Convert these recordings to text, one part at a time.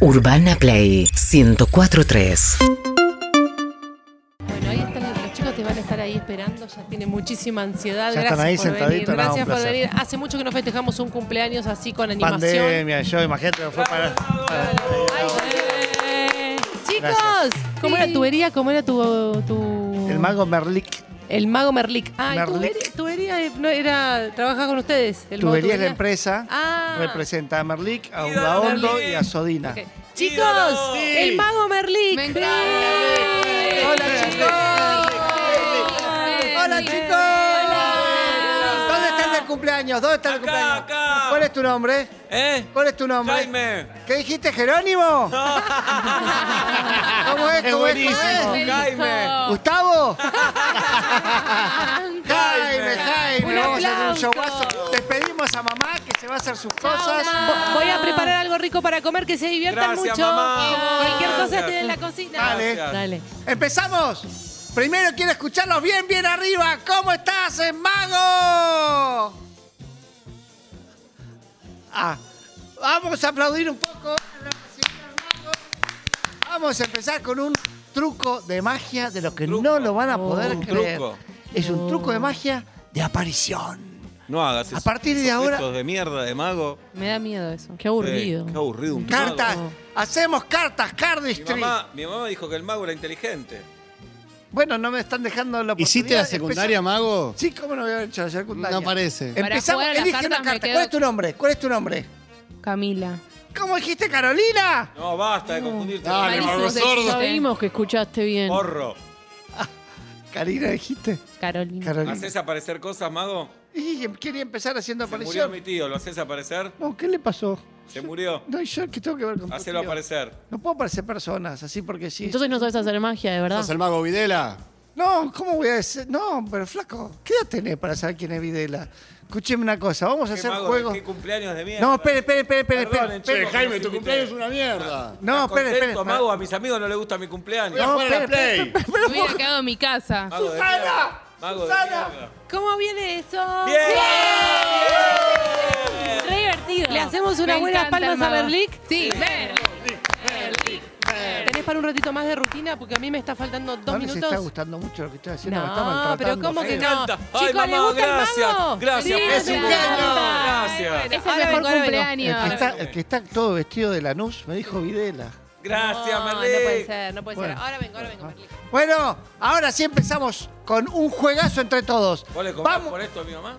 Urbana Play 1043. Bueno, ahí están los chicos, te van a estar ahí esperando, ya tienen muchísima ansiedad. Ya Gracias están ahí por venir. sentaditos, no, Gracias un por placer. venir. Hace mucho que no festejamos un cumpleaños así con animación. Pandemia, yo imagínate, fue para. Ay, eh. Chicos, Gracias. ¿cómo era tu herida? ¿Cómo era tu, tu- El mago Merlic. El mago Merlic. Ay, Merlic. tu herida, no era trabaja con ustedes. El mago Tubería es la Tubería. empresa. Ah. Representa a Merlic, a Udaondo y a Sodina. Ok. Chicos, el mago Merlic. Me Sí. encanta. Hola, chicos. Hola, chicos. ¿Dónde está el del cumpleaños? ¿Dónde está el Acá, cumpleaños? acá. ¿Cuál es tu nombre? ¿Eh? ¿Cuál es tu nombre? Jaime. ¿Qué dijiste, Jerónimo? ¿Cómo es? ¿Cómo es? ¿Cómo es? buenísimo. Jaime. ¿Gustavo? Jaime, Jaime, Un vamos a hacer un aplauso. showazo. Despedimos a mamá que se va a hacer sus cosas. Vo- Voy a preparar algo rico para comer, que se diviertan Gracias, mucho. mamá. Cualquier cosa Gracias. tienen en la cocina. Dale. Gracias. Dale. ¡Empezamos! Primero quiero escucharlos bien, bien arriba. ¿Cómo estás, eh, mago? Ah, vamos a aplaudir un poco. a la señora Mago. Vamos a empezar con un truco de magia de lo que Truco. no lo van a poder Un creer. truco. Es un truco de magia de aparición. No hagas eso. A partir de esos ahora- gestos de mierda de mago. Me da miedo eso. Qué aburrido. Eh, qué aburrido un Cartas. mago. Hacemos cartas, Mi cardistry. mamá, mi mamá dijo que el mago era inteligente. Bueno, no me están dejando la oportunidad. ¿Hiciste la secundaria, Empezá- Mago? Sí, ¿cómo no había hecho la secundaria? No parece. Para Empezamos, jugar a las elige cartas una me carta. quedo- ¿Cuál es tu nombre? ¿Cuál es tu nombre? Camila. ¿Cómo dijiste, Carolina? No, basta de confundirte. Ah, con el mi Malísimo mago que sordo. existe. Sabemos que escuchaste bien. Porro. Karina dijiste. Carolina. Carolina. ¿Haces aparecer cosas, mago? Y quería empezar haciendo Se murió mi aparición. tío. ¿Lo haces aparecer? No, ¿qué le pasó? Se murió. No, ¿y yo que tengo que ver con tu Hacelo tío? aparecer. No puedo aparecer personas, así porque sí. Entonces no sabes hacer magia, de verdad. ¿Sos el Mago Videla? No, ¿cómo voy a decir? No, pero flaco, ¿qué edad tenés para saber quién es Videla? Escucheme una cosa, vamos a ¿Qué, hacer mago, juegos. ¿Qué cumpleaños de mierda? No, espere, espere, espere, espere. Perdón, espere, en espere. Eh, serio. Jaime, tu cumpleaños es una mierda. No, Estás espere, espere. contento, mago, a mis amigos no les gusta mi cumpleaños. No, jugar a la espera, Play. espera, espera. Me hubiera quedado en mi casa. Mago de ¡Susana! mierda. Mago de ¡Susana! mierda. ¿Cómo viene eso? ¡Bien! Re divertido. ¿Le hacemos unas Me buenas encanta el palmas a mago. Berlic? Sí, Berlic. ¿Tenés para un ratito más de rutina? Porque a mí me está faltando dos No les está minutos. gustando mucho lo que estoy haciendo. me está No, maltratando. pero ¿cómo que Me no? encanta. Ay, Chicos, ¿le mamá, gusta el gracias. mago? Gracias, Sí, es un me genio. encanta. Ay, Gracias. bueno. Es el Ahora mejor vengo, ahora vengo. cumpleaños. El que, está, el que está todo vestido de Lanús me dijo Videla. Gracias, Oh, No, no Merlín. puede ser, no puede ser. Bueno. Ahora vengo, ahora vengo, Merlic. Bueno, ahora sí empezamos con un juegazo entre todos. ¿Vos le comprás Vamos. por esto a mi mamá?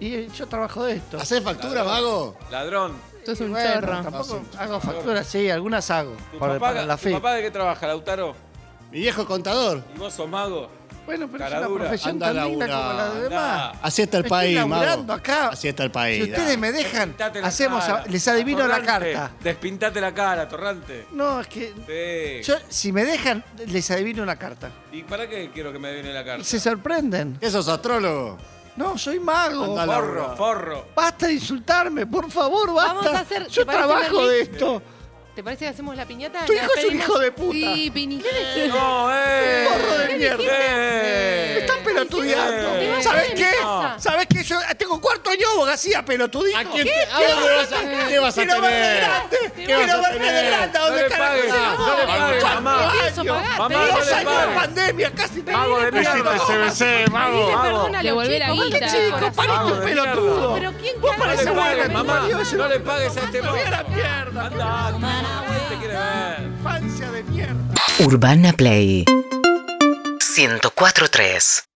Y yo trabajo de esto. ¿Hacés factura, Mago? Ladrón. Esto es un Bueno, chorro. Tampoco hago facturas, sí, algunas hago. ¿Tu Para, papá, para la tu fe. papá de qué trabaja, Lautaro? Mi viejo es contador. ¿Y vos sos mago? Bueno, pero es una Caradura. profesión Anda a tan digna como laburar. la de demás. Andá. Así está el Estoy país, laburando Mago. acá. Así está el país. Si ustedes dale. me dejan, Despintate la hacemos a- cara. les adivino la Torrante, carta. Despintate la cara, torrante. No, es que Sí. yo, si me dejan, les adivino una carta. ¿Y para qué quiero que me viene la Y carta? se sorprenden. ¿Qué sos astrólogo? No, soy mago. Anda a la- Forro, forro. Basta de insultarme, por favor, basta. Vamos a hacer- Yo ¿te parece, trabajo Merlín? de esto. ¿Te parece que hacemos la piñata? Tu La hijo es un pedimos- hijo de puta. Sí, pinito. No, eh. Forro de mierda. Eh. Me están pelotudeando. Te vas a ¿Sabés ir de qué? mi casa. ¿Sabés qué? Yo tengo cuarto año de abogacía, pelotudito. ¿A quién te, ¿A dónde vas a, ¿Qué vas a Quiero verme de tener? grande. ¿Qué vas Quiero a verme de tener? grande. ¿a No ¿Dónde le carajo pagues, se va? no le pagues, Cuatro mamá. Eso, años. pagá, Mamá, pedí no Dos le la años de pagues. pandemia, casi te Mago de mierda. CBC, Mago. Mago. Perdón a los Devolver a chicos, guita. ¿cuánto chico? Corazón. Pará, Mago tu de pelotudo. mierda. Pero ¿quién Vos No parece le un pagues, buen mamá. Dios, No le pagues a este Mira la mago. mierda. Anda, ¿quién te quiere ver? Infancia de mierda. Urbana Play 1043.